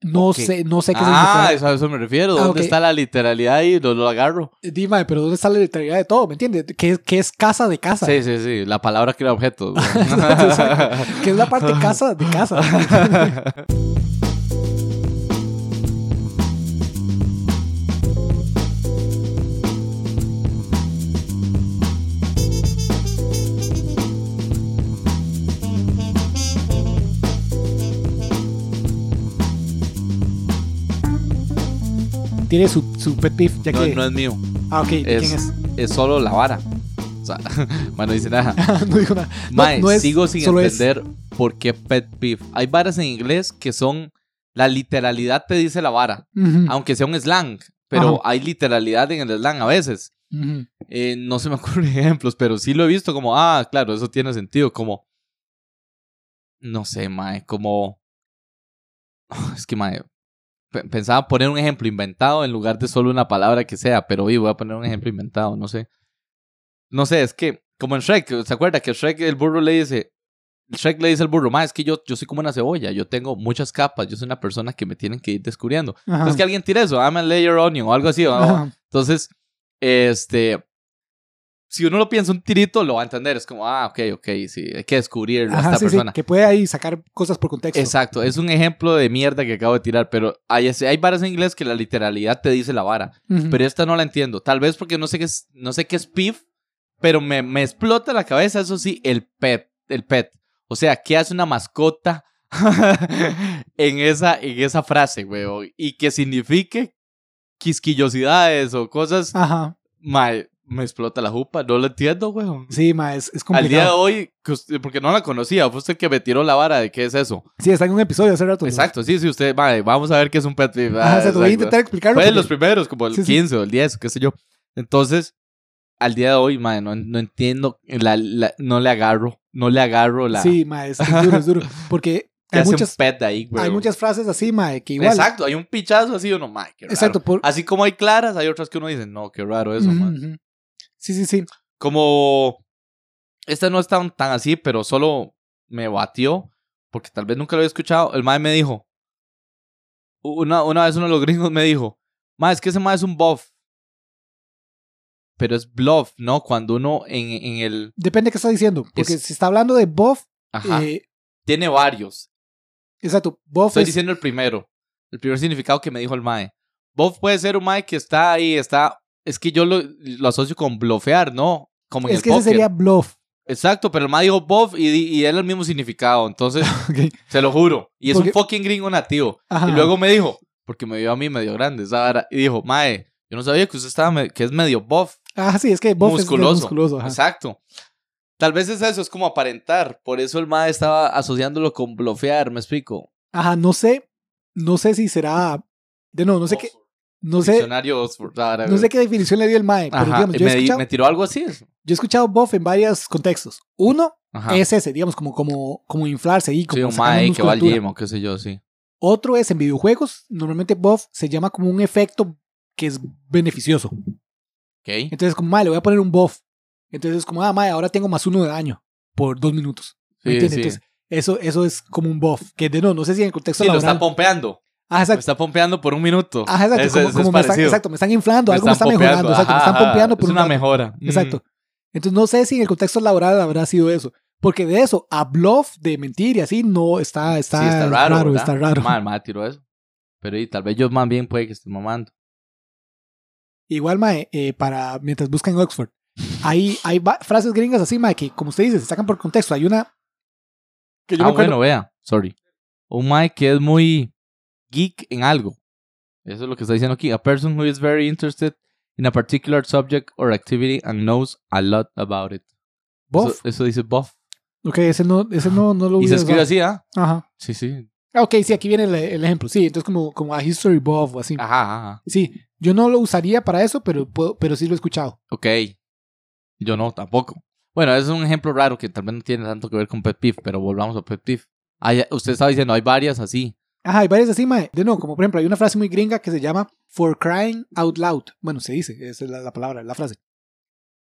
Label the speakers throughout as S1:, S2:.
S1: No
S2: Ok.
S1: sé, no sé qué
S2: ah,
S1: significa.
S2: eso a eso me refiero. ¿Dónde
S1: ok.
S2: está la literalidad ahí? Lo, lo agarro.
S1: Dime, pero ¿dónde está la literalidad de todo? ¿Me entiendes? ¿Qué, qué es casa de casa?
S2: Sí, sí, sí. La palabra crea objetos.
S1: Exacto. ¿Qué es la parte casa de casa? Tiene su, su pet peeve, ya
S2: no,
S1: que...
S2: no es mío.
S1: ah, ok. ¿de
S2: Es,
S1: ¿Quién es?
S2: es? solo la vara. O sea, bueno, dice nada.
S1: no digo nada. No,
S2: Mae,
S1: no es-
S2: sigo sin
S1: solo es-
S2: entender por qué pet peeve. Hay varas en inglés que son. La literalidad te dice la vara,
S1: Ujú,
S2: aunque sea un slang, pero hay literalidad en el slang a veces.
S1: ujú.
S2: Eh, no se me ocurren ejemplos, pero sí lo he visto como, ah, claro, eso tiene sentido. Como. No sé, mae, como. Es que, mae. pe- Pensaba poner un ejemplo inventado en lugar de solo una palabra que sea, pero hoy voy a poner un ejemplo inventado, no sé. No sé, es que, como en Shrek, ¿se acuerda que Shrek, el burro le dice, Shrek le dice al burro, ma, es que yo, yo soy como una cebolla, yo tengo muchas capas, yo soy una persona que me tienen que ir descubriendo.
S1: Ajá.
S2: Entonces Pues que alguien tira eso, I'm a layer onion o algo así. ¿no?
S1: Ajá.
S2: Entonces, este, si uno lo piensa un tirito, lo va a entender, es como, ah, ok, ok, sí, hay que descubrirlo a
S1: Ajá,
S2: esta
S1: sí, sí,
S2: persona.
S1: que puede ahí sacar cosas por contexto.
S2: Exacto, es un ejemplo de mierda que acabo de tirar, pero hay, hay varas en inglés que la literalidad te dice la vara.
S1: Ujú.
S2: Pero esta no la entiendo. Tal vez porque no sé qué es, no sé qué es pif, pero me, me explota la cabeza, eso sí, el pet, el pet. O sea, ¿qué hace una mascota en, esa, en esa frase, weón? Y que signifique quisquillosidades o cosas.
S1: Ajá.
S2: Mae, me explota la jupa, no lo entiendo, weón.
S1: Sí, ma, es, es
S2: Al día de
S1: complicado.
S2: hoy, que usted- porque no la conocía, fue usted que me tiró la vara de qué es eso.
S1: Sí, está en un episodio hace rato. ¿no?
S2: Exacto, sí, sí, usted, mae, vamos a ver qué es un pet peeve.
S1: Ajá,
S2: Ah,
S1: o sea, te voy a
S2: exacto.
S1: intentar explicarlo.
S2: Fue de
S1: porque-
S2: los primeros, como el
S1: Sí, sí.
S2: 15 o el 10, qué sé yo. Entonces, al día de hoy, madre, no, no entiendo, la- la- no le agarro, no le agarro la...
S1: Sí, ma, es, es duro, es duro. Porque
S2: ¿qué
S1: hay
S2: hace
S1: muchas,
S2: un pet de ahí, güey.
S1: hay muchas frases así, ma, que igual.
S2: Exacto, hay un pichazo así, uno, madre, qué raro.
S1: Exacto, por-
S2: Así como hay claras, hay otras que uno dice, no, qué raro pues eso,
S1: Ujú,
S2: madre.
S1: ujú. Sí, sí, sí.
S2: Como... Esta no es tan, tan así, pero solo me batió, porque tal vez nunca lo había escuchado. El madre me dijo... Una, una vez uno de los gringos me dijo, madre, es que ese madre es un buff. Pero es bluff, ¿no? Cuando uno en, en el...
S1: Depende de qué está diciendo. Porque
S2: Es-
S1: si está hablando de buff,
S2: Ajá.
S1: eh, pues
S2: Tiene varios.
S1: exacto, buff
S2: Estoy
S1: es.
S2: diciendo el primero. El primer significado que me dijo el mae. Buff puede ser un mae que está ahí, está... Es que yo lo, lo asocio con blofear, ¿no? Como en
S1: es
S2: el
S1: que ese
S2: póker.
S1: sería bluff.
S2: Exacto, pero el mae dijo buff y, di- y era el mismo significado. Entonces,
S1: Ok.
S2: se lo juro. Y es
S1: Porque-
S2: un fucking gringo nativo.
S1: Ajá.
S2: Y luego me dijo, porque me vio a mí medio grande, esa vara, Y dijo, mae, yo no sabía que usted estaba, me- que es medio buff.
S1: Ah, sí, es que buff
S2: musculoso.
S1: es de musculoso. ajá.
S2: Exacto. Tal vez es eso, es como aparentar. Por eso el mae estaba asociándolo con blofear, me explico.
S1: Ajá, no sé. No sé si será. De no, no sé qué. No sé.
S2: Diccionario Oxford, ahora,
S1: No sé qué definición le dio el MAE, pero
S2: Ajá,
S1: digamos,
S2: y
S1: yo he,
S2: me, di-
S1: escuchado,
S2: me tiró algo así. eso.
S1: yo he escuchado buff en varios contextos. Uno
S2: Ajá.
S1: es ese, digamos, como, como, como inflarse y como
S2: sí, un
S1: sacar más
S2: mae que va al
S1: musculatura.
S2: gym o qué sé yo, sí.
S1: Otro es en videojuegos, normalmente buff se llama como un efecto que es beneficioso.
S2: Ok.
S1: Entonces, como, mae, le voy a poner un buff. Entonces, como, ah, mae, ahora tengo más uno de daño por dos minutos. ¿Me
S2: Sí,
S1: entiendes?
S2: sí.
S1: Entonces, eso, eso es como un buff, que de no, no sé si en el contexto
S2: Sí, lo
S1: laboral.
S2: está pompeando.
S1: ah,
S2: Lo
S1: exacto.
S2: está pompeando por un minuto.
S1: Ajá, exacto,
S2: Eso-
S1: como,
S2: eso
S1: como
S2: es
S1: me están,
S2: parecido.
S1: exacto, me están inflando,
S2: Me
S1: algo me está
S2: están
S1: mejorando,
S2: pompeando,
S1: exacto, me están
S2: ajá,
S1: pompeando por
S2: Es
S1: un
S2: una
S1: rato.
S2: mejora. Mm.
S1: Exacto. Entonces no sé si en el contexto laboral habrá sido eso. Porque de eso, a bluff de mentir y así, no está, está,
S2: sí, está raro. ¿verdad?
S1: está raro.
S2: Mae, el mae tiró eso. Pero y, tal vez yo más bien puede que esté mamando.
S1: Igual, Mae, eh, para mientras buscan Oxford, ahí hay va- frases gringas así, Mae, que como usted dice, se sacan por contexto. Hay una que yo
S2: ah,
S1: me acuerdo.
S2: bueno, vea. Sorry. Un mae que es muy geek en algo. Eso es lo que está diciendo aquí. A person who is very interested in a particular subject or activity and knows a lot about it.
S1: Buff.
S2: Eso, eso dice buff.
S1: Ok, ese no, ese no, no lo
S2: Y se
S1: hubiera usado.
S2: escribe así, ¿ah?
S1: Ajá.
S2: Sí, sí.
S1: Ah, Ok, sí, aquí viene el, el ejemplo. Sí, entonces como, como a history buff o así.
S2: Ajá, ajá, ajá.
S1: Sí, yo no lo usaría para eso, pero, puedo- pero sí lo he escuchado.
S2: Ok. Yo no, tampoco. Bueno, es un ejemplo raro que tal vez no tiene tanto que ver con Pet Peeve, pero volvamos a Pet Peeve. Ah, ya- usted estaba diciendo, hay varias así.
S1: Ajá, hay varias así, mae. De nuevo, como por ejemplo, hay una frase muy gringa que se llama for crying out loud. Bueno, se dice, esa es la, la palabra, la frase.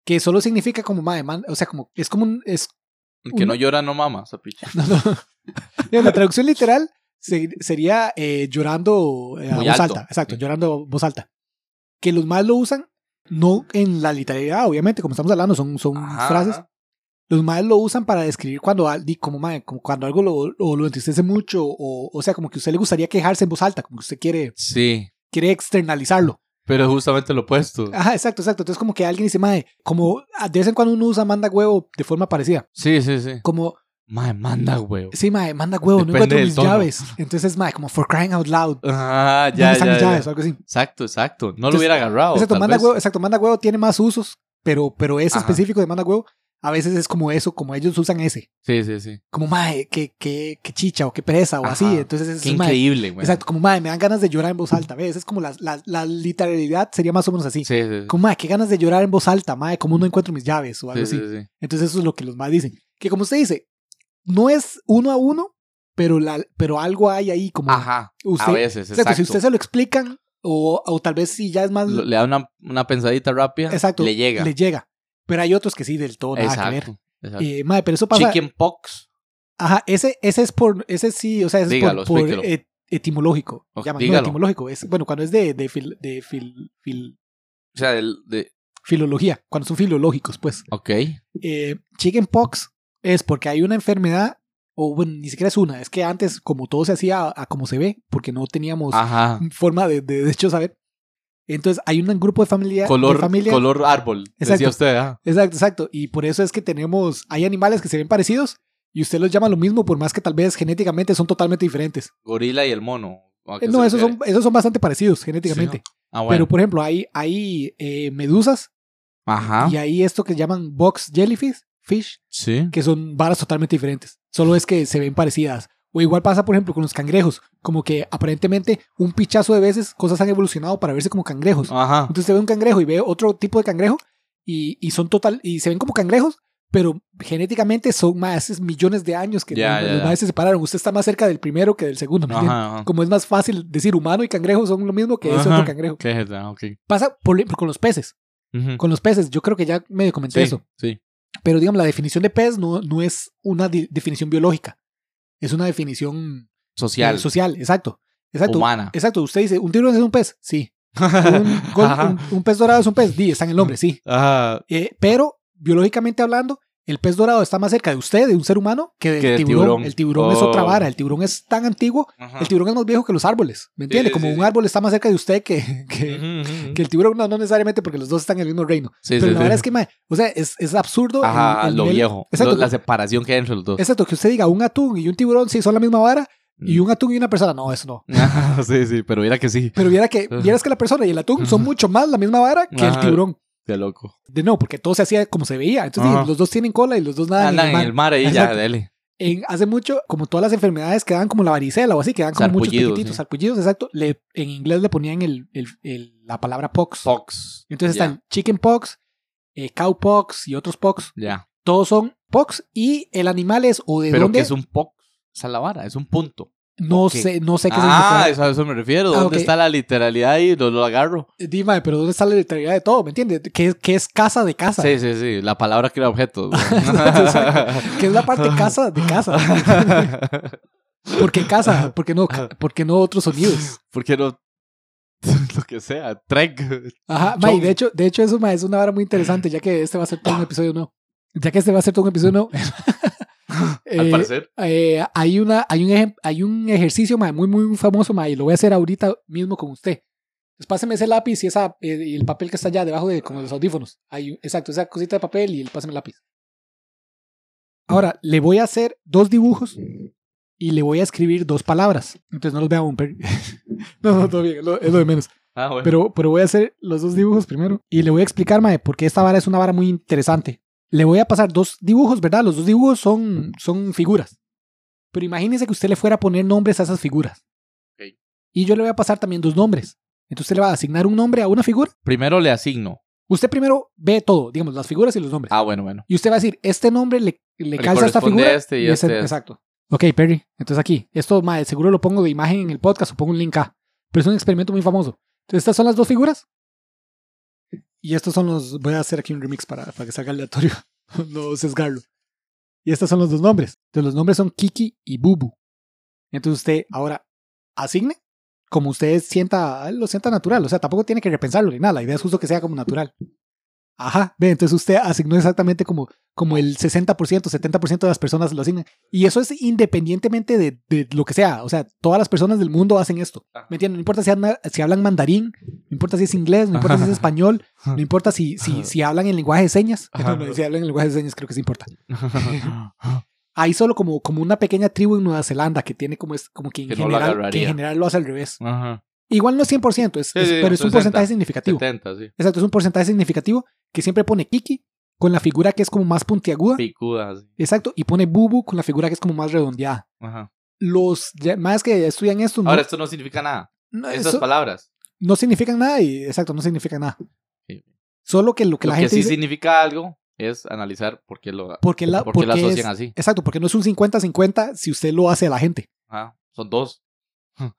S1: Que solo significa como mae, man, o sea, como, es como un, es,
S2: El que
S1: Uno-
S2: no llora no mama, esa picha.
S1: no, no. Mira, la traducción literal se- sería eh, llorando eh, a
S2: Muy
S1: voz
S2: alto.
S1: alta. Exacto,
S2: Sí.
S1: llorando a voz alta. Que los más lo usan, no en la literalidad, obviamente, como estamos hablando, son, son
S2: Ajá,
S1: frases.
S2: ajá.
S1: Los más lo usan para describir cuando, al- di- como, mae, como cuando algo lo, o lo entristece mucho, o, o sea, como que a usted le gustaría quejarse en voz alta, como que usted quiere,
S2: Sí,
S1: quiere externalizarlo.
S2: pero es justamente lo opuesto.
S1: Ajá, exacto, exacto. Entonces, como que alguien dice, mae, como ah, de vez en cuando uno usa manda huevo de forma parecida.
S2: Sí, sí, sí.
S1: Como,
S2: Mae, manda, güey.
S1: sí, mae, manda huevo,
S2: Depende
S1: no encuentro
S2: del
S1: mis
S2: tono.
S1: llaves. Entonces, mae, como for crying out loud.
S2: Ah,
S1: ¿Dónde
S2: ya,
S1: están
S2: ya,
S1: mis
S2: ya.
S1: llaves? O algo así.
S2: Exacto, exacto. No lo
S1: Entonces,
S2: hubiera agarrado.
S1: exacto,
S2: tal
S1: manda
S2: vez.
S1: huevo, exacto, manda huevo tiene más usos, pero, pero ese
S2: Ajá.
S1: específico de manda huevo, a veces es como eso, como ellos usan ese.
S2: Sí, sí, sí.
S1: Como, mae, que, que, que chicha o que pereza o
S2: Ajá.
S1: así. Entonces, es
S2: Qué
S1: mae,
S2: increíble, güey.
S1: Exacto, como, mae, me dan ganas de llorar en voz alta. ¿Ves? Es como la, la, la literalidad sería más o menos así.
S2: Sí, sí, sí.
S1: Como, mae, qué ganas de llorar en voz alta, mae, como no encuentro mis llaves o algo
S2: Sí,
S1: así.
S2: sí, sí.
S1: Entonces eso es lo que los más dicen. Que como usted dice, no es uno a uno, pero, la, pero algo hay ahí como...
S2: Ajá.
S1: usted,
S2: a veces,
S1: exacto,
S2: exacto.
S1: si usted se lo explican o, o tal vez si ya es más...
S2: Lo- le da una, una pensadita rápida,
S1: exacto.
S2: le llega.
S1: Le llega. Pero hay otros que sí, del todo. Nada que ver.
S2: exacto. exacto.
S1: Eh, mae, pero eso pasa...
S2: Chicken pox.
S1: Ajá, ese, ese es por... Ese sí, o sea, ese
S2: Dígalo,
S1: es por- por,
S2: explíquelo.
S1: et- etimológico.
S2: Ok,
S1: llaman. No,
S2: dígalo.
S1: etimológico. Es, bueno, cuando es de, de, fil- de fil- fil-
S2: O sea, del, de...
S1: filología, cuando son filológicos, pues.
S2: Ok.
S1: eh, chickenpox es porque hay una enfermedad, o bueno, ni siquiera es una, es que antes, como todo se hacía a, a como se ve, porque no teníamos
S2: Ajá.
S1: forma de, de, de hecho saber. Entonces, hay un grupo de familia.
S2: Color,
S1: de familia-
S2: color árbol.
S1: Exacto.
S2: Decía usted, ah. ajá.
S1: Exacto, exacto. Y por eso es que tenemos. Hay animales que se ven parecidos y usted los llama lo mismo, por más que tal vez genéticamente son totalmente diferentes.
S2: Gorila y el mono. ¿o a qué
S1: Eh, No,
S2: se
S1: esos son,
S2: refiere?
S1: esos son bastante parecidos genéticamente.
S2: Sí, ¿no? Ah, bueno.
S1: Pero, por ejemplo, hay, hay eh, medusas
S2: pues, Ajá.
S1: y hay esto que llaman box jellyfish, fish,
S2: Sí.
S1: que son varas totalmente diferentes. Solo es que se ven parecidas. O igual pasa, por ejemplo, con los cangrejos. Como que aparentemente un pichazo de veces cosas han evolucionado para verse como cangrejos.
S2: Ajá.
S1: Entonces se ve un cangrejo y ve otro tipo de cangrejo y, y son total y se ven como cangrejos, pero genéticamente son más hace millones de años que
S2: Ya,
S1: los-
S2: ya,
S1: los
S2: ya.
S1: maes se separaron. Usted está más cerca del primero que del segundo. ¿me entiende?
S2: Ajá, ajá.
S1: Como es más fácil decir humano y cangrejo son lo mismo que ese
S2: Ajá.
S1: otro cangrejo.
S2: ¿Qué es? Ah, ok.
S1: Pasa por- con los peces.
S2: Ujú.
S1: Con los peces, yo creo que ya medio comenté
S2: Sí,
S1: eso
S2: sí.
S1: pero digamos, la definición de pez no, no es una di- definición biológica, es una definición eh,
S2: Social.
S1: social, exacto. Exacto.
S2: Humana.
S1: Exacto, usted dice, ¿un tiburón es un pez? Sí. ¿Un, gol-
S2: Ajá.
S1: un- un pez dorado es un pez? Sí, está en el nombre, sí.
S2: Ajá.
S1: Eh, pero, biológicamente hablando, el pez dorado está más cerca de usted, de un ser humano, que del
S2: Que del
S1: tiburón.
S2: tiburón.
S1: El tiburón es
S2: Oh.
S1: otra vara, el tiburón es tan antiguo,
S2: Ajá.
S1: el tiburón es más viejo que los árboles, ¿me entiende?
S2: sí,
S1: Como
S2: sí,
S1: un
S2: sí.
S1: árbol está más cerca de usted que, que,
S2: Ujú, ujú, ujú.
S1: que el tiburón, no, no necesariamente porque los dos están en el mismo reino.
S2: Sí,
S1: Pero
S2: sí,
S1: la
S2: sí.
S1: verdad es que, mae, o sea, es, es absurdo. el-
S2: Ajá,
S1: el
S2: lo
S1: nivel-
S2: viejo.
S1: Exacto,
S2: Lo- la separación que hay entre los dos.
S1: exacto, que usted diga un atún y un tiburón, sí, son la misma vara, y
S2: Mm.
S1: un atún y una persona, no, eso no.
S2: Ajá, sí, sí, pero mira que sí.
S1: Pero viera que, vieras que la persona y el atún son mucho más la misma vara que el
S2: Ajá.
S1: tiburón.
S2: Qué loco.
S1: De no, porque todo se hacía como se veía. Entonces,
S2: Ajá.
S1: los dos tienen cola y los dos nadan
S2: Andan
S1: en el mar.
S2: ahí
S1: Exacto.
S2: ya, dele.
S1: En- hace mucho, como todas las enfermedades que dan como la varicela o así, que dan como muchos
S2: Sarpullidos,
S1: piquititos,
S2: sí.
S1: sarpullidos, exacto. Le, en inglés le ponían el, el- el- la palabra pox.
S2: Fox.
S1: Entonces
S2: Ya,
S1: están chicken pox, eh, cow pox y otros pox.
S2: Ya.
S1: todos son pox y el animal es o de
S2: Pero
S1: dónde
S2: que es un pox. Esa es la vara, es un punto.
S1: no
S2: ok.
S1: sé no sé qué
S2: Ah,
S1: significa
S2: eso, a eso me refiero.
S1: Ah,
S2: ¿Dónde
S1: ok.
S2: está la literalidad ahí? Lo, lo agarro.
S1: Dime, Eh, pero dónde está la literalidad de todo me entiendes ¿Qué, qué es casa de casa
S2: Sí, sí, sí. La palabra crea objetos. güey.
S1: qué es la parte casa de casa por qué casa por qué no ca- por qué no otros sonidos
S2: ¿Por qué no? lo que sea. Trek.
S1: ajá
S2: Yo-
S1: ma, y de hecho de hecho eso ma, es una vara muy interesante ya que este va a ser todo un episodio no ya que este va a ser todo un episodio no
S2: Al
S1: eh,
S2: parecer.
S1: eh, hay una hay un ejem- hay un ejercicio ma, muy muy famoso ma, y lo voy a hacer ahorita mismo con usted Pues páseme ese lápiz y esa eh, y el papel que está allá debajo de como los audífonos Ahí, exacto esa cosita de papel y el páseme el lápiz ahora le voy a hacer dos dibujos y le voy a escribir dos palabras entonces no los veamos no no todo bien es lo- es lo de menos
S2: Ah, bueno.
S1: pero, pero voy a hacer los dos dibujos primero. Y le voy a explicar, mae, porque esta vara es una vara muy interesante. Le voy a pasar dos dibujos, ¿verdad? Los dos dibujos son, son figuras. Pero imagínese que usted le fuera a poner nombres a esas figuras.
S2: Ok.
S1: Y yo le voy a pasar también dos nombres. Entonces usted le va a asignar un nombre a una figura.
S2: Primero le asigno.
S1: Usted primero ve todo, digamos, las figuras y los nombres.
S2: Ah, bueno, bueno.
S1: Y usted va a decir, este nombre le, le
S2: Le
S1: calza a esta
S2: corresponde
S1: figura.
S2: a este y
S1: ese-
S2: este.
S1: Exacto. Ok, Perry. Entonces aquí, esto mae, seguro lo pongo de imagen en el podcast o pongo un link acá. Pero es un experimento muy famoso. Entonces estas son las dos figuras. Y estos son los... Voy a hacer aquí un remix para, para que salga aleatorio. no sesgarlo. Y estos son los dos nombres. Entonces los nombres son Kiki y Bubu. Entonces usted ahora asigne como usted sienta, ah, lo sienta natural. O sea, tampoco tiene que repensarlo ni nada. La idea es justo que sea como natural. Ajá, ve, entonces usted asignó exactamente como, como el 60%, 70% de las personas lo asignan. Y eso es independientemente de, de lo que sea. O sea, todas las personas del mundo hacen esto.
S2: Ah.
S1: ¿Me entiendes? No importa si, hablan- si hablan mandarín, no importa si es inglés, no importa si es español, no importa si, si, si hablan en lenguaje de señas.
S2: Ajá.
S1: No, no, si hablan en lenguaje de señas creo que sí importa. Hay solo como, como una pequeña tribu en Nueva Zelanda que tiene como, es, como que en,
S2: Que no lo
S1: general, que
S2: agarraría.
S1: en general lo hace al revés.
S2: Ajá.
S1: Igual no es 100%, es,
S2: Sí,
S1: es-
S2: sí,
S1: pero es un
S2: 60,
S1: porcentaje significativo.
S2: 70, sí.
S1: Exacto, es un porcentaje significativo que siempre pone Kiki con la figura que es como más puntiaguda.
S2: Picuda, sí.
S1: Exacto, y pone Bubu con la figura que es como más redondeada.
S2: Ajá.
S1: Los ya- más que estudian esto no,
S2: Ahora, esto no significa nada.
S1: no,
S2: Esas
S1: eso-
S2: palabras.
S1: no significan nada y exacto, no significan nada.
S2: Sí.
S1: Solo que lo que
S2: lo
S1: la
S2: que
S1: gente
S2: sí
S1: dice,
S2: significa algo es analizar por qué lo,
S1: porque la,
S2: por qué lo
S1: porque
S2: asocian
S1: es-
S2: así.
S1: Exacto, porque no es un 50-50 si usted lo hace a la gente.
S2: Ajá. Son dos.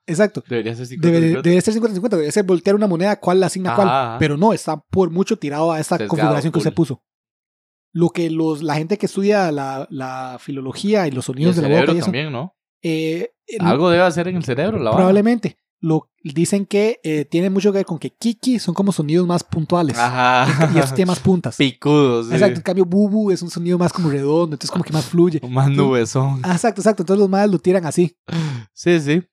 S1: Exacto.
S2: Debería ser 50.
S1: Debe, debería ser 50-50, debería ser voltear una moneda cuál la asigna a cuál.
S2: Ajá, ajá.
S1: Pero no, está por mucho tirado a esta
S2: Sesgado,
S1: configuración que
S2: full.
S1: usted puso. Lo que los, la gente que estudia la, la filología y los
S2: Y el
S1: sonidos de la boca
S2: cerebro
S1: y eso,
S2: también, ¿no?
S1: eh, eh,
S2: Algo debe hacer en el cerebro, la vara.
S1: probablemente lo, dicen que eh, tiene mucho que ver con que Kiki son como sonidos más puntuales y
S2: Ajá.
S1: esos tienen más puntas.
S2: Picudos. sí.
S1: Exacto, en cambio Bubu es un sonido más como redondo, entonces como que más fluye.
S2: Más nubesón.
S1: Ah, Exacto, exacto, entonces los más lo tiran así.
S2: Sí, sí.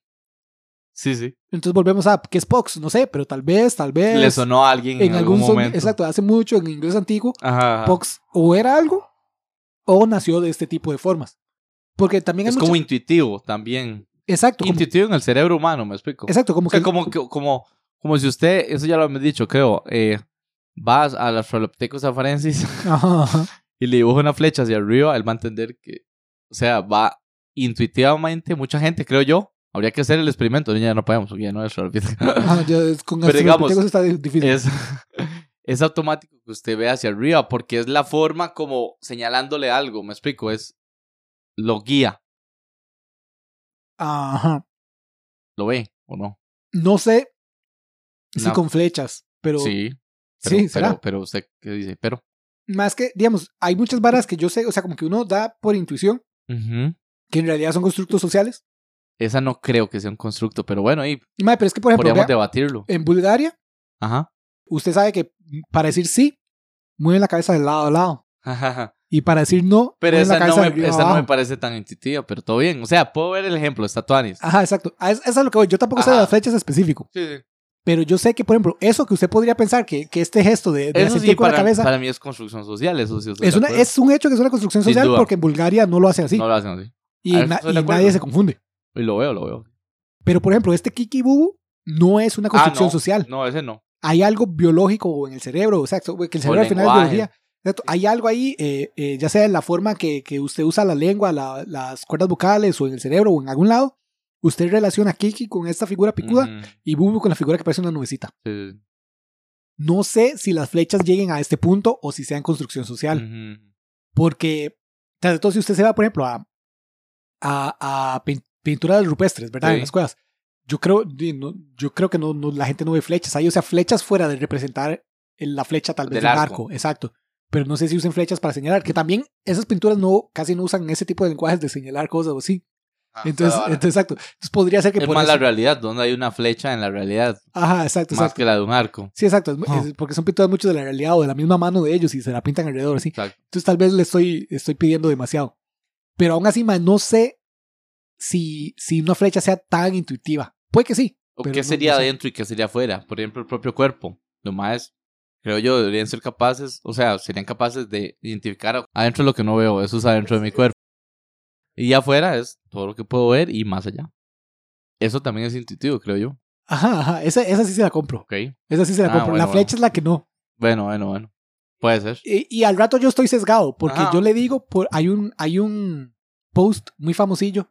S2: Sí, sí.
S1: Entonces volvemos a que es Pox, no sé, pero tal vez, tal vez
S2: Le sonó a alguien en,
S1: en algún,
S2: algún,
S1: son-
S2: momento.
S1: exacto, hace mucho en inglés antiguo
S2: Ajá. ajá.
S1: Pox o era algo o nació de este tipo de formas. Porque también hay
S2: Es
S1: mucha-
S2: como intuitivo también.
S1: exacto, como,
S2: Intuitivo en el cerebro humano, me explico.
S1: exacto, como
S2: O sea,
S1: que
S2: como, que- como, como si usted, eso ya lo hemos dicho, creo, eh, vas al Australopithecus afarensis
S1: Ajá, ajá.
S2: y le dibuja una flecha hacia arriba, él va a entender que, o sea, va intuitivamente, mucha gente, creo yo, habría que hacer el experimento, ya no podemos, ya no es Australopithecus.
S1: Ajá, ya es- con
S2: Pero digamos,
S1: australopitecos está di- difícil.
S2: es, es automático que usted ve hacia arriba, porque es la forma como señalándole algo, me explico, es, lo guía,
S1: Ajá.
S2: lo ve, ¿o no?
S1: No sé si
S2: No.
S1: con flechas, pero
S2: sí.
S1: sí,
S2: Pero, pero-
S1: será.
S2: pero usted, ¿qué dice? Pero.
S1: más que, digamos, hay muchas varas que yo sé, o sea, como que uno da por intuición,
S2: Ujú.
S1: que en realidad son constructos sociales.
S2: Esa no creo que sea un constructo, pero bueno, ahí
S1: Y, mae, pero es que, por ejemplo,
S2: podríamos
S1: vea,
S2: debatirlo.
S1: en Bulgaria,
S2: Ajá.
S1: usted sabe que para decir sí, mueven la cabeza de lado a lado. Y para decir no,
S2: Pero
S1: mueven la
S2: esa, no
S1: cabeza de
S2: me,
S1: arriba a
S2: esa no
S1: abajo.
S2: me parece tan intuitiva, pero todo bien. O sea, puedo ver el ejemplo, está Tuanis.
S1: Ajá, exacto. Ah, es- Eso es lo que voy. Yo tampoco sé
S2: Ajá.
S1: de las flechas específico.
S2: Sí, sí.
S1: Pero yo sé que, por ejemplo, eso que usted podría pensar, que, que este gesto de, de
S2: Eso
S1: sentir
S2: sí,
S1: con
S2: para,
S1: la cabeza,
S2: para mí es construcción social, eso sí. estoy
S1: es,
S2: de
S1: una,
S2: acuerdo.
S1: es un hecho que es una construcción
S2: Sin
S1: social
S2: duda.
S1: porque en Bulgaria no lo hacen así.
S2: No lo hacen así.
S1: y
S2: a ver,
S1: na-
S2: estoy de
S1: y
S2: acuerdo.
S1: nadie se confunde.
S2: Y lo veo, lo veo.
S1: Pero, por ejemplo, este Kiki Bubu no es una construcción
S2: Ah, no.
S1: social.
S2: No, ese no.
S1: Hay algo biológico en el cerebro, o sea, que el cerebro al final es
S2: lenguaje.
S1: biología. Exacto. Hay algo ahí, eh, eh, ya sea en la forma que, que usted usa la lengua, la- las cuerdas vocales o en el cerebro o en algún lado, usted relaciona a Kiki con esta figura picuda
S2: Ujú.
S1: y Bubu con la figura que parece una nubecita.
S2: Sí, sí, sí.
S1: No sé si las flechas lleguen a este punto o si sean construcción
S2: Mm.
S1: social.
S2: Ujú.
S1: Porque, tras de todo, si usted se va, por ejemplo, a, a, a pin- pinturas rupestres, ¿verdad?
S2: Sí.
S1: En las cuevas. Yo creo, di- no- yo creo que no, no- la gente no ve flechas ahí. O sea, flechas fuera de representar el- la flecha tal vez
S2: Del
S1: del arco.
S2: arco.
S1: Exacto. Pero no sé si usen flechas para señalar. Que también esas pinturas no casi no usan ese tipo de lenguajes de señalar cosas o así.
S2: Ah,
S1: Entonces,
S2: está
S1: entonces, exacto. Entonces podría ser que
S2: Es
S1: por
S2: más la
S1: eso-
S2: realidad, donde hay una flecha en la realidad,
S1: Ajá, exacto,
S2: más
S1: exacto.
S2: que la de un arco.
S1: Sí, exacto. es mu-
S2: Ah.
S1: es porque son pinturas mucho de la realidad o de la misma mano de ellos y se la pintan alrededor, así.
S2: Exacto.
S1: Entonces tal vez le estoy, estoy pidiendo demasiado. Pero aún así, ma, no sé si, si una flecha sea tan intuitiva. Puede que sí.
S2: ¿O
S1: Pero
S2: qué
S1: no-
S2: sería
S1: no sé.
S2: adentro y qué sería afuera? Por ejemplo, el propio cuerpo. Lo más, creo yo, deberían ser capaces, o sea, serían capaces de identificar adentro lo que no veo, eso es adentro de mi cuerpo. Y afuera es todo lo que puedo ver y más allá. Eso también es intuitivo, creo yo.
S1: Ajá, ajá. Esa, esa sí se la compro.
S2: Ok.
S1: Esa sí se la
S2: Ah,
S1: compro.
S2: bueno,
S1: la flecha
S2: bueno.
S1: es la que no.
S2: Bueno, bueno, bueno. Puede ser.
S1: Y, y al rato yo estoy sesgado porque
S2: Ajá.
S1: yo le digo, por, hay, un, hay un post muy famosillo.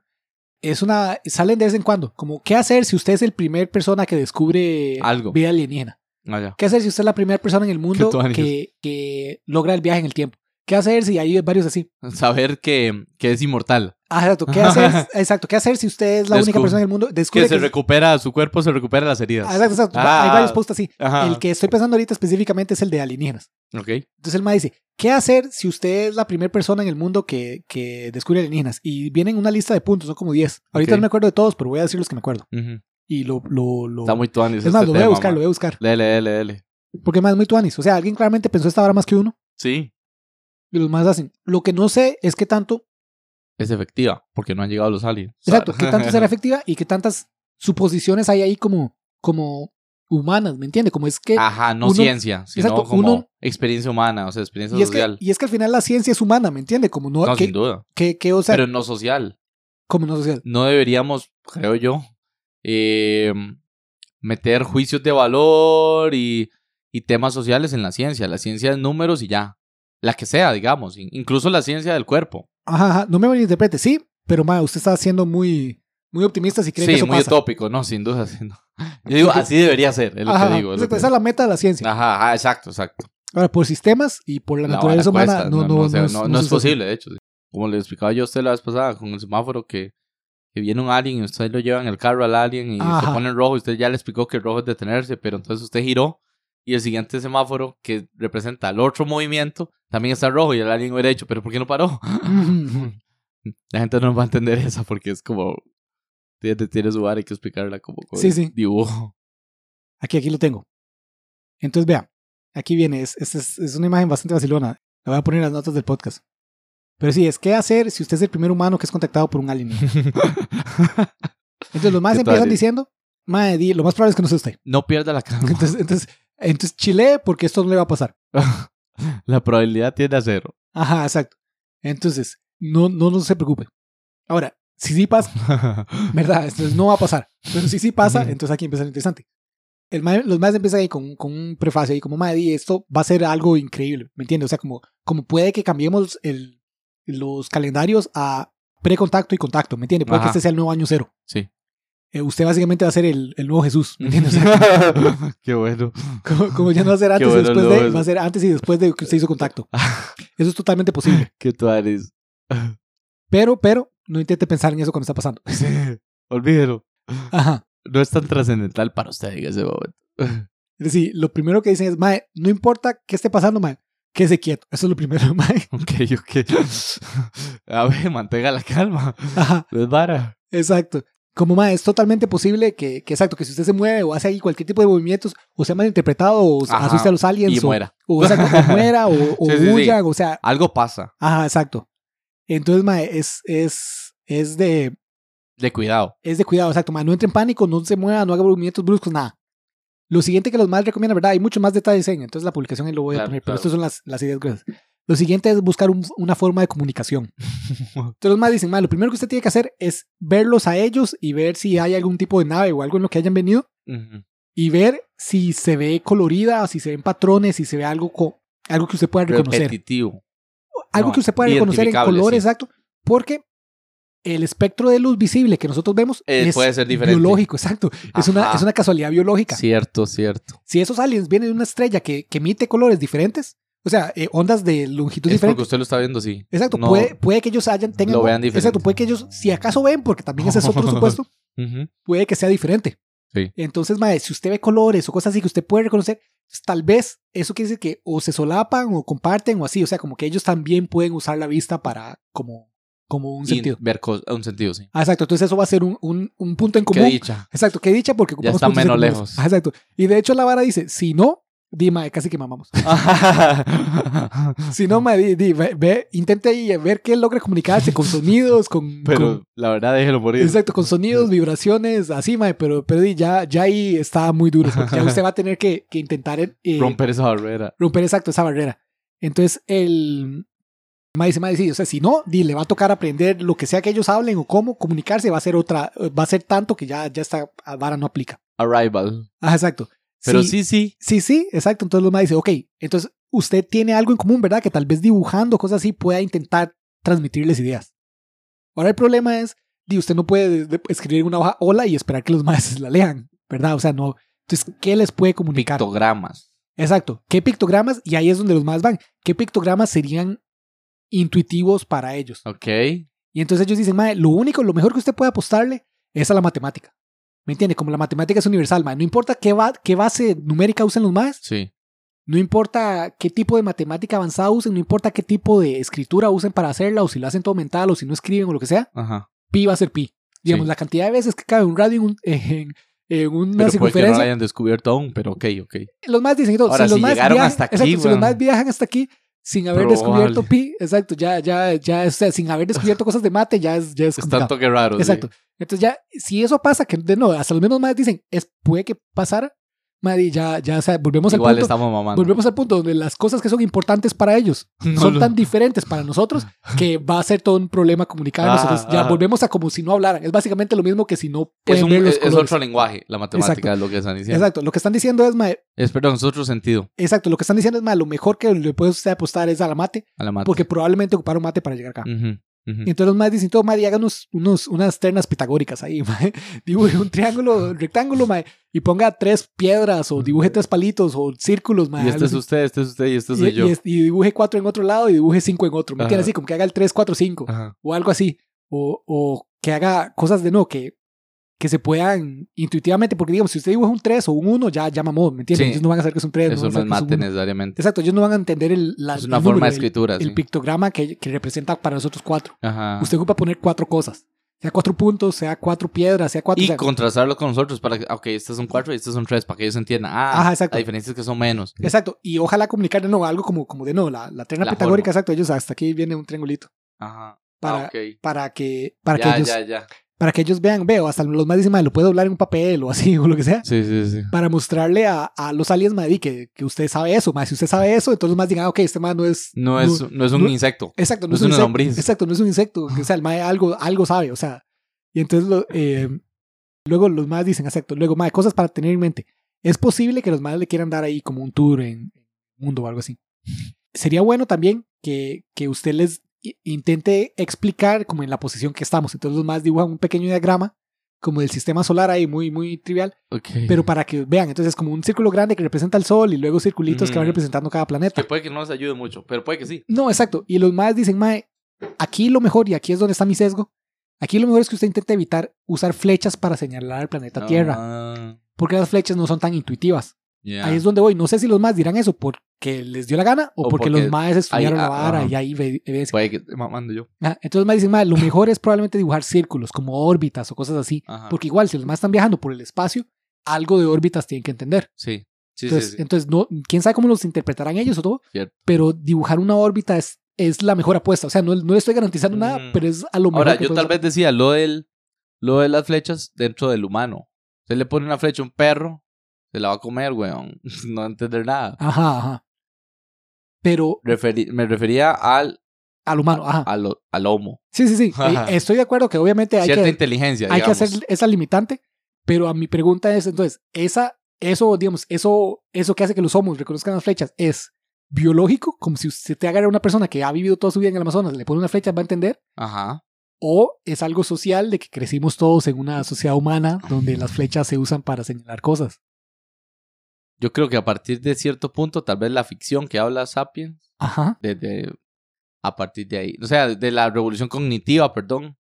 S1: Es una, salen de vez en cuando, como, ¿qué hacer si usted es el primer persona que descubre
S2: Algo. Ah,
S1: vida alienígena?
S2: Allá.
S1: ¿Qué hacer si usted es la primera persona en el mundo
S2: Qué tuanis.
S1: que, que logra el viaje en el tiempo? ¿Qué hacer si hay varios así?
S2: Saber que, que es inmortal.
S1: Ah, exacto. ¿Qué hacer, exacto, ¿qué hacer si usted es la única
S2: Descu-
S1: persona en el mundo?
S2: Que
S1: Descubre
S2: se recupera, su cuerpo se recupera las heridas.
S1: Ah, Exacto, exacto.
S2: Ah.
S1: Hay varios posts así.
S2: Ajá.
S1: El que estoy pensando ahorita específicamente es el de alienígenas.
S2: Ok.
S1: Entonces el ma dice, ¿qué hacer si usted es la primera persona en el mundo que, que descubre alienígenas? Y vienen una lista de puntos, son como 10. Ahorita
S2: Ok.
S1: no me acuerdo de todos, pero voy a decir los que me acuerdo.
S2: Ujú.
S1: Y lo... lo, lo-
S2: Está muy tuanis.
S1: Oh. es
S2: este
S1: más, lo voy a
S2: tema,
S1: buscar,
S2: ma.
S1: lo voy a buscar.
S2: Dele, dele, dele.
S1: Porque más muy tuanis. O sea, alguien claramente pensó esta hora más que uno.
S2: Sí.
S1: Y los más hacen. Lo que no sé es qué tanto...
S2: Es efectiva, porque no han llegado los aliens.
S1: Exacto, qué tanto será efectiva y qué tantas suposiciones hay ahí como, como humanas, ¿me entiende? Como es que...
S2: Ajá, no
S1: Uno-
S2: ciencia, sino
S1: exacto,
S2: como
S1: uno-
S2: experiencia humana, o sea, experiencia
S1: Y es, que,
S2: social.
S1: y es que al final la ciencia es humana, ¿me entiende? Como no...
S2: No,
S1: que,
S2: sin duda.
S1: que- que, o sea,
S2: pero no social.
S1: como no social.
S2: No deberíamos, creo yo, eh, meter juicios de valor y, y temas sociales en la ciencia. La ciencia es números y ya. La que sea, digamos. in- Incluso la ciencia del cuerpo.
S1: Ajá, ajá, no me malinterprete, sí, pero ma, usted está siendo muy, muy optimista si cree que
S2: Sí,
S1: eso
S2: muy
S1: pasa.
S2: utópico, no, sin duda. sí, no. Yo digo, así debería ser, es lo
S1: Ajá, Pues
S2: que digo. es lo
S1: exacto,
S2: que
S1: esa es
S2: digo.
S1: la meta de la ciencia.
S2: Ajá, ajá, exacto, exacto.
S1: Ahora, por sistemas y por la
S2: No,
S1: naturaleza
S2: la
S1: humana,
S2: cuesta,
S1: no, no,
S2: no, o sea,
S1: no
S2: no-
S1: no
S2: no es
S1: sucede.
S2: posible, de hecho. Como le explicaba yo a usted la vez pasada con el semáforo que, que viene un alien y usted lo lleva en el carro al alien y se
S1: Ajá.
S2: pone en rojo. Usted ya le explicó que el rojo es detenerse, pero entonces usted giró y el siguiente semáforo que representa el otro movimiento también está en rojo y el alien hubiera dicho, pero ¿por qué no paró?
S1: Ujú.
S2: La gente no va a entender esa porque es como... Tiene, tiene su bar, hay que explicarla como con
S1: Sí, sí.
S2: dibujo.
S1: Aquí, aquí lo tengo. Entonces, vea, aquí viene, es, es- es- es una imagen bastante vacilona. La voy a poner en las notas del podcast. Pero sí, es qué hacer si usted es el primer humano que es contactado por un alien. Entonces, los más
S2: ¿Qué
S1: empiezan
S2: tal?
S1: diciendo, "Mae, di, lo más probable es que no sea usted.
S2: No pierda la calma.
S1: Entonces, entonces, entonces chile porque esto no le va a pasar.
S2: La probabilidad tiende a cero.
S1: Ajá, exacto. Entonces, no, no, no se preocupe. Ahora, si sí pasa, ¿verdad? Entonces no va a pasar. Pero si sí pasa,
S2: Ujú.
S1: entonces aquí empieza lo interesante. El mae- los más empiezan ahí con, con un prefacio ahí como, madre, y esto va a ser algo increíble, ¿me entiendes? O sea, como, como puede que cambiemos el, los calendarios a precontacto y contacto, ¿me entiendes? Puede que
S2: Ajá.
S1: este sea el nuevo año cero.
S2: Sí.
S1: Eh, usted básicamente va a ser el, el nuevo Jesús, ¿me entiendes? O sea,
S2: Qué bueno.
S1: como, como ya no va a ser antes
S2: bueno,
S1: y después
S2: el
S1: de,
S2: nuevo
S1: va a ser antes y después de que usted hizo contacto. Eso es totalmente posible.
S2: Qué tú eres.
S1: Pero, pero, no intente pensar en eso cuando está pasando.
S2: Olvídelo.
S1: Ajá.
S2: No es tan trascendental para usted en ese momento.
S1: Es decir, lo primero que dicen es, mae, no importa qué esté pasando, mae, quédese quieto. Eso es lo primero, mae.
S2: Ok, ok. A ver, mantenga la calma.
S1: Ajá,
S2: No es vara.
S1: exacto. Como, mae, es totalmente posible que, que, exacto, que si usted se mueve o hace ahí cualquier tipo de movimientos, o sea malinterpretado, o se
S2: Ajá.
S1: asuste a los aliens,
S2: Y
S1: o,
S2: muera.
S1: o, exacto, o muera, o, o
S2: Sí, sí, sí.
S1: huyan, o sea,
S2: Algo pasa.
S1: ajá, exacto. Entonces, mae, es, es, es de,
S2: De cuidado.
S1: es de cuidado, exacto. ma, no entre en pánico, no se mueva, no haga movimientos bruscos, nada. Lo siguiente que los más recomiendan, ¿verdad? Hay muchos más detalles en, entonces la publicación ahí lo voy a
S2: Claro,
S1: poner, pero
S2: claro.
S1: estas son las, las ideas gruesas. Lo siguiente es buscar un- una forma de comunicación. Entonces los más dicen, ma, lo primero que usted tiene que hacer es verlos a ellos y ver si hay algún tipo de nave o algo en lo que hayan venido
S2: Ujú.
S1: y ver si se ve colorida, si se ven patrones, si se ve algo, co- algo que usted pueda reconocer
S2: Repetitivo.
S1: algo
S2: No,
S1: que usted pueda reconocer en
S2: identificable,
S1: color
S2: sí.
S1: exacto, porque el espectro de luz visible que nosotros vemos
S2: Eh,
S1: es
S2: puede ser diferente.
S1: biológico, exacto. Es una,
S2: Ajá.
S1: es una casualidad biológica.
S2: Cierto, cierto.
S1: Si esos aliens vienen de una estrella que, que emite colores diferentes, o sea, eh, ondas de longitud
S2: Es porque
S1: diferente.
S2: usted lo está viendo así.
S1: Exacto,
S2: No-
S1: puede, puede que ellos hayan tengan
S2: lo vean diferente.
S1: Exacto, puede que ellos, si acaso ven, porque también ese es otro supuesto,
S2: Ujú.
S1: puede que sea diferente.
S2: Sí.
S1: Entonces, mae, si usted ve colores o cosas así que usted puede reconocer, pues, tal vez eso quiere decir que o se solapan o comparten o así, o sea, como que ellos también pueden usar la vista para como, como un
S2: Y
S1: sentido.
S2: ver cos- un sentido, sí.
S1: Ah, exacto, entonces eso va a ser un, un- un punto en
S2: Qué
S1: común.
S2: dicha.
S1: exacto, qué dicha porque ocupamos
S2: están
S1: puntos en
S2: menos
S1: comunes.
S2: lejos.
S1: Ah, exacto. Y de hecho la vara dice, si no, di, mae, casi que mamamos. Si no, mae, di, di, ve, ve- intente ahí ver qué logre comunicarse con sonidos, con...
S2: Pero
S1: con-
S2: la verdad, déjelo morir.
S1: Exacto, con sonidos, vibraciones, así, mae, pero, pero di, ya, ya ahí está muy duro, porque ya usted va a tener que, que intentar eh,
S2: Romper esa barrera.
S1: romper exacto esa barrera. Entonces, el mae dice, mae, sí, o sea, si no, di, le va a tocar aprender lo que sea que ellos hablen o cómo comunicarse, va a ser otra, va a ser tanto que ya, ya esta vara no aplica.
S2: Arrival.
S1: Ah, exacto.
S2: Pero
S1: Sí,
S2: sí, sí.
S1: Sí, sí, exacto. Entonces los más dice, ok, entonces usted tiene algo en común, ¿verdad? Que tal vez dibujando, cosas así, pueda intentar transmitirles ideas. Ahora el problema es, di, usted no puede de- escribir en una hoja hola y esperar que los maestros la lean, ¿verdad? O sea, no. Entonces, ¿qué les puede comunicar?
S2: Pictogramas.
S1: Exacto. ¿Qué pictogramas? Y ahí es donde los más van. ¿Qué pictogramas serían intuitivos para ellos?
S2: Ok.
S1: Y entonces ellos dicen, mae, lo único, lo mejor que usted puede apostarle es a la matemática. ¿Me entiende? Como la matemática es universal, mae. No importa qué, va, qué base numérica usen los maes,
S2: Sí.
S1: no importa qué tipo de matemática avanzada usen, no importa qué tipo de escritura usen para hacerla, o si la hacen todo mental, o si no escriben, o lo que sea,
S2: Ajá.
S1: pi va a ser pi. Digamos,
S2: Sí.
S1: la cantidad de veces que cabe un radio en, un- en- en una
S2: Pero puede que no lo
S1: circunferencia.
S2: hayan descubierto aún, pero ok, ok.
S1: los más dicen, entonces,
S2: Ahora,
S1: los
S2: si
S1: más
S2: llegaron
S1: viajan,
S2: hasta aquí,
S1: exacto, si los
S2: weón.
S1: más viajan hasta aquí sin haber
S2: Probable.
S1: descubierto pi, exacto, ya, ya, ya, o sea, sin haber descubierto cosas de mate, ya es, ya es
S2: Es
S1: complicado.
S2: tanto que raro. sí.
S1: Exacto. Entonces ya, si eso pasa, que de nuevo, hasta los mismos madres dicen, es, puede que pasara, madre, ya, ya, o sea, volvemos al
S2: Igual
S1: punto.
S2: estamos mamando.
S1: Volvemos al punto donde las cosas que son importantes para ellos
S2: No
S1: son
S2: lo-
S1: tan diferentes para nosotros que va a ser todo un problema comunicar.
S2: Ah,
S1: nosotros ya
S2: ah.
S1: volvemos a como si no hablaran. Es básicamente lo mismo que si no
S2: Es,
S1: pueden
S2: un-
S1: ver los
S2: es- es
S1: colores.
S2: otro lenguaje, la matemática,
S1: Exacto.
S2: es lo que están diciendo.
S1: Exacto. Lo que están diciendo es, mae,
S2: Es, perdón, es otro sentido
S1: exacto, lo que están diciendo es, mae, lo mejor que le puede usted apostar es a la mate,
S2: a la matemática.
S1: porque probablemente ocuparon mate para llegar acá.
S2: Ujú, ujú.
S1: Y entonces los más dicen, todo, madre, y hagan unos, unos- unas ternas pitagóricas ahí, mae. Dibuje un triángulo, un rectángulo, mae, y ponga tres piedras o dibuje tres palitos o círculos, mae.
S2: Y este
S1: algo
S2: es
S1: así.
S2: usted, este es usted y este
S1: Y- e-
S2: soy
S1: y
S2: yo.
S1: es- y dibuje cuatro en otro lado y dibuje cinco en otro. ¿Me entiendes?
S2: Ajá.
S1: Así como que haga el 3, 4, 5
S2: Ajá.
S1: o algo así. O, o que haga cosas de no, que, que se puedan intuitivamente. Porque digamos, si usted dibuja un 3 o un 1, ya, ya mamó, ¿me entiendes?
S2: Sí.
S1: Ellos no van a saber que es un 3.
S2: Eso
S1: van a
S2: no es
S1: saber que es un
S2: mate
S1: uno.
S2: necesariamente.
S1: Exacto, ellos no van a entender el, la-
S2: Es una
S1: el
S2: forma
S1: número,
S2: de
S1: el-
S2: escritura.
S1: el
S2: sí. Ah.
S1: pictograma que, que representa para nosotros cuatro.
S2: Ajá.
S1: Usted ocupa poner cuatro cosas. Sea cuatro puntos, sea cuatro piedras, sea cuatro.
S2: Y
S1: o sea,
S2: contrastarlo con nosotros para que, ah, ok, estos son cuatro y estos son tres, para que ellos entiendan. Ah,
S1: Ajá, exacto.
S2: la diferencia es que son menos.
S1: Exacto. Y ojalá comunicar de nuevo algo como, como de no, la, la trena
S2: La
S1: pitagórica,
S2: forma.
S1: exacto. Ellos hasta aquí viene un triangulito.
S2: Ajá.
S1: Para,
S2: ah, ok.
S1: para que, para
S2: ya,
S1: que ellos,
S2: ya, ya.
S1: para que ellos vean, veo, hasta los más dicen, "Mae, lo puede doblar en un papel o así, o lo que sea.
S2: Sí, sí, sí.
S1: Para mostrarle a, a los aliens, madre, que, que usted sabe eso, más si usted sabe eso, entonces los más digan, "Ah, ok, este más no es...
S2: No es, no es un
S1: no-
S2: insecto.
S1: Exacto, no,
S2: No
S1: es
S2: es
S1: un
S2: una
S1: insecto.
S2: lombriz.
S1: Exacto, no es un insecto. O sea, el mae algo, algo sabe, o sea. Y entonces lo- eh, luego los más dicen, exacto. Luego, mae, cosas para tener en mente. Es posible que los más le quieran dar ahí como un tour en el mundo o algo así. Sería bueno también que, que usted les i- intente explicar como en la posición que estamos. Entonces los más dibujan un pequeño diagrama como del sistema solar ahí, muy, muy trivial,
S2: Ok.
S1: pero para que vean. Entonces como un círculo grande que representa el sol y luego circulitos que van
S2: Mm.
S1: representando cada planeta.
S2: Que puede que no les ayude mucho, pero puede que sí.
S1: No, exacto. Y los más dicen, mae, aquí lo mejor, y aquí es donde está mi sesgo, aquí lo mejor es que usted intente evitar usar flechas para señalar al planeta Tierra,
S2: Ah,
S1: porque las flechas no son tan intuitivas.
S2: ya.
S1: Ahí es donde voy. No sé si los más dirán eso porque les dio la gana o,
S2: O
S1: porque,
S2: porque
S1: los más estudiaron la
S2: ahí- ah,
S1: vara
S2: ajá.
S1: y ahí ve- evidencia.
S2: Puede que esté mamando yo.
S1: Ah, Entonces los más dicen, mae, lo mejor es probablemente dibujar círculos como órbitas o cosas así,
S2: Ajá.
S1: porque igual si los más están viajando por el espacio, algo de órbitas tienen que entender.
S2: Sí. Sí,
S1: Entonces,
S2: sí, sí.
S1: entonces no, quién sabe cómo los interpretarán ellos o todo,
S2: Cierto.
S1: pero dibujar una órbita es, es la mejor apuesta. O sea, no, no le estoy garantizando nada,
S2: Mm.
S1: pero es a lo mejor.
S2: Ahora,
S1: que
S2: yo
S1: puedes
S2: tal vez decía lo, del, lo de las flechas dentro del humano. Usted le pone una flecha a un perro, se la va a comer, weón. No va a entender nada.
S1: hacer. Ajá, ajá. Pero
S2: Referi- me refería al,
S1: al humano, ajá.
S2: al, o- al homo.
S1: Sí, sí, sí.
S2: Ajá.
S1: Eh, Estoy de acuerdo que obviamente hay,
S2: Cierta
S1: que,
S2: inteligencia,
S1: hay que
S2: digamos.
S1: hacer esa limitante, pero a mi pregunta es, entonces, esa, eso, digamos, eso, eso que hace que los homos reconozcan las flechas es biológico, como si usted te agarra una persona que ha vivido toda su vida en el Amazonas, le pone una flecha, va a entender,
S2: Ajá.
S1: O es algo social de que crecimos todos en una sociedad humana donde las flechas se usan para señalar cosas.
S2: Yo creo que a partir de cierto punto, tal vez la ficción que habla Sapiens,
S1: Ajá.
S2: desde a partir de ahí, o sea, de la revolución cognitiva, perdón,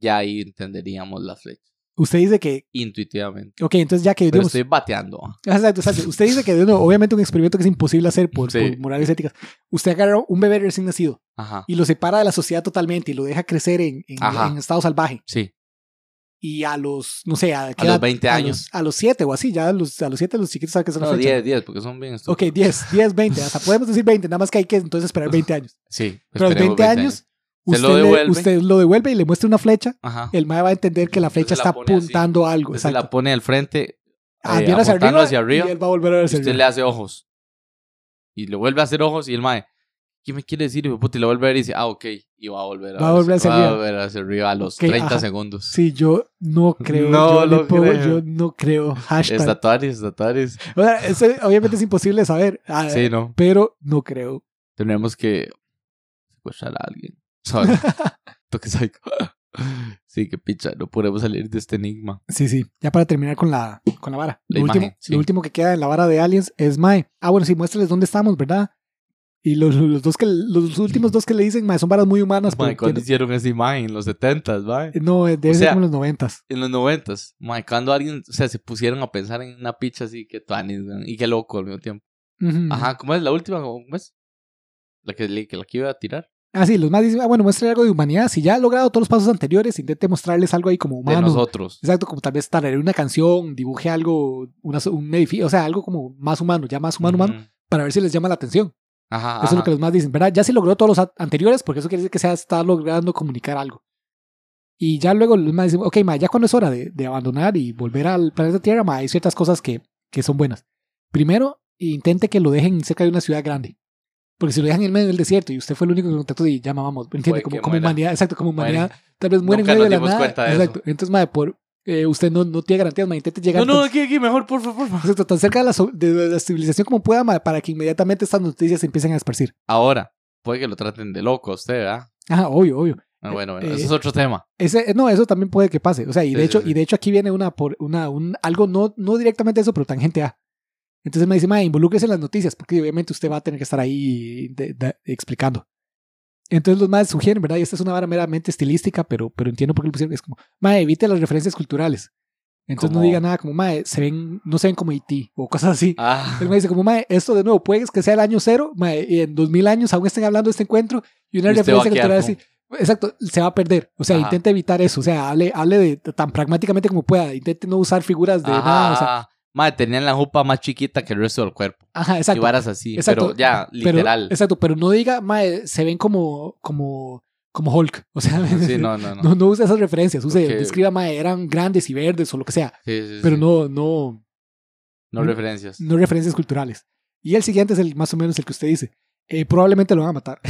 S2: ya ahí entenderíamos la flecha
S1: Usted dice que,
S2: intuitivamente.
S1: ok, entonces ya que
S2: Pero
S1: digamos,
S2: estoy bateando. ¿ah?
S1: exacto, exacto. usted dice que de nuevo, obviamente un experimento que es imposible hacer por,
S2: Sí.
S1: por morales éticas. Usted agarra un bebé recién nacido
S2: Ajá.
S1: y lo separa de la sociedad totalmente y lo deja crecer en, en-
S2: Ajá.
S1: en estado salvaje.
S2: Sí.
S1: Y a los, no sé, a, ¿qué
S2: los
S1: edad?
S2: 20
S1: A
S2: años.
S1: los- A los 7 o así, ya a los, a los 7 los chiquitos saben que son las
S2: No,
S1: flechas.
S2: 10, 10, porque son bien
S1: Ok,
S2: estúpidos.
S1: 10, 10, 20. Hasta podemos decir 20, nada más que hay que entonces esperar 20 años.
S2: Sí.
S1: Pero a los
S2: esperemos
S1: 20 años,
S2: Se
S1: usted,
S2: lo
S1: le-
S2: devuelve.
S1: usted lo devuelve y le muestra una flecha
S2: Ajá.
S1: el mae va a entender que la flecha
S2: Entonces la
S1: está
S2: pone así.
S1: apuntando a algo.
S2: Usted se la
S1: eh, Exacto.
S2: pone al frente,
S1: Ah,
S2: eh,
S1: viene hacia
S2: apuntando
S1: arriba,
S2: hacia arriba,
S1: y él va a volver a ver
S2: y
S1: hacia
S2: usted
S1: arriba.
S2: le hace ojos. Y le vuelve a hacer ojos y el mae, ¿qué me quiere decir? hijo de puta? Y le vuelve a ver y dice, ah, ok. Y va a volver a,
S1: Va a volver hacia
S2: Va a
S1: arriba.
S2: volver hacia arriba a los
S1: Ok,
S2: 30
S1: ajá.
S2: segundos.
S1: Sí, yo no creo.
S2: No
S1: yo, le
S2: lo
S1: puedo-
S2: creo.
S1: yo no creo. Hashtag.
S2: Estatuaris, estatuaris.
S1: O sea, eso obviamente es imposible saber. ah,
S2: Sí, ¿no?
S1: Pero no creo.
S2: Tendremos que secuestrar a alguien. Sorry. Toque psycho. Sí, que picha, no podemos salir de este enigma.
S1: Sí, sí. Ya para terminar con la, con la vara.
S2: La
S1: lo,
S2: imagen,
S1: último,
S2: sí.
S1: lo último que queda en la vara de Aliens es Mae. Ah, bueno, sí, muéstrales dónde estamos, ¿verdad? Y los, los dos que, los últimos dos que le dicen, mae, son varas muy humanas.
S2: Mae,
S1: pero
S2: ¿Cuándo hicieron esa imagen? En los 70s, mae.
S1: tiene- no, eh, debe
S2: O
S1: ser
S2: sea-
S1: como en los noventas.
S2: En los 90s. Mae, cuando alguien, o sea, se pusieron a pensar en una picha así, que tuanis, man, y qué loco al mismo tiempo.
S1: Ujú.
S2: Ajá, ¿cómo es la última? ¿Cómo es? La que, le- que la que iba a tirar.
S1: Ah, sí, los más dicen, ah, bueno, muestre algo de humanidad. Si ya ha logrado todos los pasos anteriores, intente mostrarles algo ahí como
S2: de
S1: humano.
S2: nosotros.
S1: Exacto, como tal vez tararé una canción, dibuje algo, una- un edificio, o sea, algo como más humano, ya más humano, humano,
S2: Ujú.
S1: para ver si les llama la atención.
S2: Ajá.
S1: Eso es lo
S2: ajá.
S1: que los más dicen, ¿verdad? Ya se logró todos los a- anteriores, porque eso quiere decir que se está logrando comunicar algo. Y ya luego los más dicen, ok, ma, ya cuando es hora de, de abandonar y volver al planeta Tierra, ma, hay ciertas cosas que, que son buenas. Primero, intente que lo dejen cerca de una ciudad grande. Porque si lo dejan en medio del desierto y usted fue el único en contacto y ya mamamos, ¿entiende?
S2: Puede
S1: Como,
S2: que
S1: como
S2: muera.
S1: humanidad, exacto, como
S2: Muere.
S1: humanidad, tal vez muere
S2: Nunca
S1: en medio de
S2: nos
S1: la
S2: dimos
S1: nada.
S2: cuenta de
S1: exacto. Entonces, ma, por, eh, usted no, no tiene garantías, ma, intente llegar
S2: No, no,
S1: tan-
S2: aquí, aquí, mejor, por favor. por favor.
S1: exacto, tan cerca de la, so- de la civilización como pueda, ma, para que inmediatamente estas noticias se empiecen a esparcir.
S2: Ahora, puede que lo traten de loco a usted, ¿verdad?
S1: Ajá, obvio, obvio.
S2: Ah, Bueno, bueno,
S1: Eh,
S2: ese es otro tema.
S1: Ese, eh, no, eso también puede que pase. O sea, y de
S2: Sí, sí,
S1: hecho,
S2: sí.
S1: y de hecho aquí viene una por una, un, algo no, no directamente eso, pero tangente a. Entonces me dice, ma, involúquese en las noticias, porque obviamente usted va a tener que estar ahí de- de- explicando. Entonces los más sugieren, ¿verdad? Y esta es una vara meramente estilística, pero, pero entiendo por qué lo pusieron. Es como, ma, evite las referencias culturales. Entonces no
S2: Como-
S1: diga nada como, ma, se ven, no se ven como IT o cosas así.
S2: Ah,
S1: Él me dice como, mae, esto de nuevo, puede que sea el año cero, mae, y en 2000 años aún estén hablando de este encuentro y una
S2: Y usted
S1: referencia
S2: va a
S1: cultural
S2: quedar
S1: así. Exacto, se va a perder. O sea,
S2: Ajá.
S1: intente evitar eso. O sea, hable, hable de, tan pragmáticamente como pueda. Intente no usar figuras de
S2: ajá,
S1: nada. O sea,
S2: ajá. Mae, tenían la jupa más chiquita que el resto del cuerpo.
S1: ajá,
S2: Y
S1: exacto.
S2: varas así,
S1: Exacto.
S2: pero ya,
S1: Pero-
S2: literal.
S1: exacto, pero no diga, mae, se ven como, como, como Hulk. O sea,
S2: Sí, no, no, no.
S1: no, no use esas referencias. Use,
S2: Ok.
S1: describa, mae, eran grandes y verdes o lo que sea.
S2: Sí, sí,
S1: Pero
S2: sí.
S1: no, no,
S2: No referencias.
S1: no referencias culturales. Y el siguiente es el más o menos el que usted dice. Eh, probablemente lo van a matar.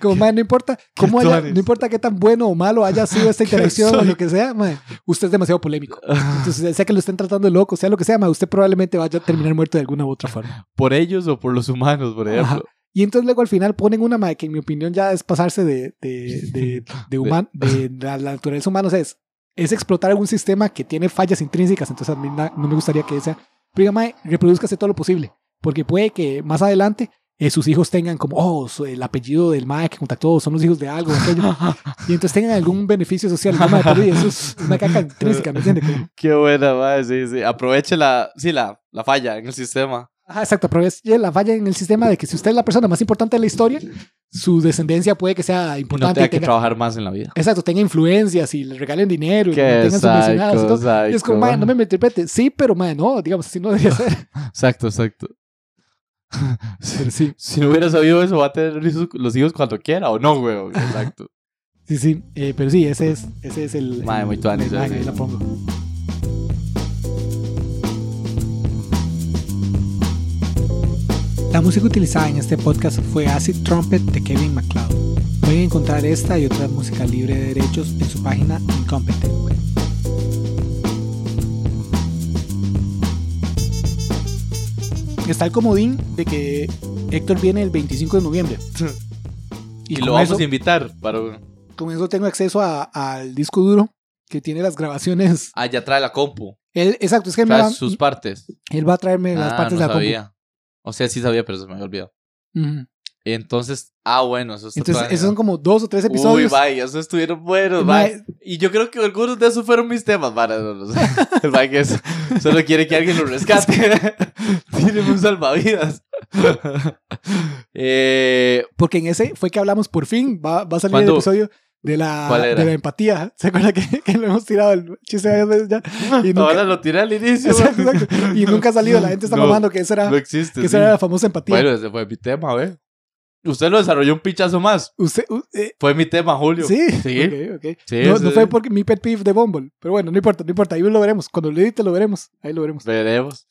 S1: Como, mae, no importa cómo haya-
S2: tuanes.
S1: no importa qué tan bueno o malo haya sido esta
S2: ¿Qué
S1: interacción o
S2: soy?
S1: lo que sea, mae, usted es demasiado polémico. Entonces, sea que lo estén tratando de loco, sea lo que sea, mae, usted probablemente vaya a terminar muerto de alguna u otra forma.
S2: ¿Por ellos o por los humanos, por
S1: Ajá.
S2: ejemplo?
S1: Y entonces luego al final ponen una mae, que en mi opinión ya es pasarse de, de, de, de, human- de la, la naturaleza humana. O sea, es, es explotar algún sistema que tiene fallas intrínsecas. Entonces a mí na- no me gustaría que sea. Pero diga, mae, reproduzcase todo lo posible. Porque puede que más adelante eh, sus hijos tengan como, oh, su- el apellido del mae que contactó, son los hijos de algo, de aquello. Y entonces tengan algún beneficio social. No, mae, pero, y eso es una caca intrínseca, ¿me entiendes?
S2: Qué buena, mae, sí, sí. Aproveche la, sí, la, la falla en el sistema.
S1: Ajá, exacto, pero es la falla en el sistema de que si usted es la persona más importante de la historia, su descendencia puede que sea
S2: Y no
S1: importante. y
S2: tenga que
S1: tenga-
S2: trabajar más en la vida.
S1: exacto, tenga influencias y le regalen dinero y le
S2: Qué
S1: tengan subvencionados y
S2: psycho,
S1: todo. Y es como,
S2: psycho.
S1: madre, no me interprete. Sí, pero madre, no, digamos, así no debería ser.
S2: Exacto, exacto.
S1: Pero sí,
S2: Si no hubiera sabido eso, va a tener hijos- los hijos cuando quiera o no, güey. Exacto.
S1: sí, sí. eh, pero sí, ese es, ese es el.
S2: Madre, muy
S1: el-
S2: tuanis,
S1: la imagen,
S2: sí.
S1: ahí la pongo. La música utilizada en este podcast fue Acid Trumpet de Kevin MacLeod. Pueden encontrar esta y otra música libre de derechos en su página Incompetent. Está el comodín de que Héctor viene el 25 de noviembre.
S2: Y,
S1: con
S2: lo vamos
S1: eso-
S2: a invitar para.
S1: con eso tengo acceso a- al disco duro que tiene las grabaciones.
S2: Ah, ya trae la compu.
S1: Él, exacto, es que él, me
S2: Trae
S1: va,
S2: sus partes.
S1: él va a traerme las
S2: Ah,
S1: partes
S2: no
S1: de la compu.
S2: sabía. O sea, sí sabía, pero se me había olvidado.
S1: Ujú.
S2: Entonces, ah, bueno, eso está
S1: Entonces,
S2: todo
S1: esos son como dos o tres
S2: animado. Uy,
S1: episodios.
S2: vaya, esos estuvieron buenos,
S1: Mae,
S2: vaya. Y yo creo que algunos de esos fueron mis temas, vara, no, no sé. Vaya que es- solo quiere que alguien lo rescate. Tíreme un salvavidas. eh,
S1: porque en ese fue que hablamos por fin. Va, va a salir el
S2: ¿Cuándo?
S1: episodio de la,
S2: ¿Cuál era?
S1: de la empatía. ¿Se acuerda que, que lo hemos tirado el chiste varias veces ya? Y nunca-
S2: Ahora lo tiré al inicio.
S1: Exacto,
S2: güey.
S1: exacto. Y nunca ha salido. La gente está
S2: No,
S1: mamando que esa era,
S2: No existe.
S1: que
S2: sí.
S1: esa era la famosa empatía.
S2: Bueno, ese fue mi tema, ve. Usted lo desarrolló un pichazo más.
S1: Usted, u- eh,
S2: Fue mi tema, Julio.
S1: sí,
S2: Sí.
S1: ok, ok.
S2: Sí,
S1: no,
S2: sí,
S1: no fue
S2: sí.
S1: porque mi pet peeve de Bumble. Pero bueno, no importa, no importa. Ahí lo veremos. Cuando lo edite, lo veremos. Ahí lo veremos.
S2: Veremos.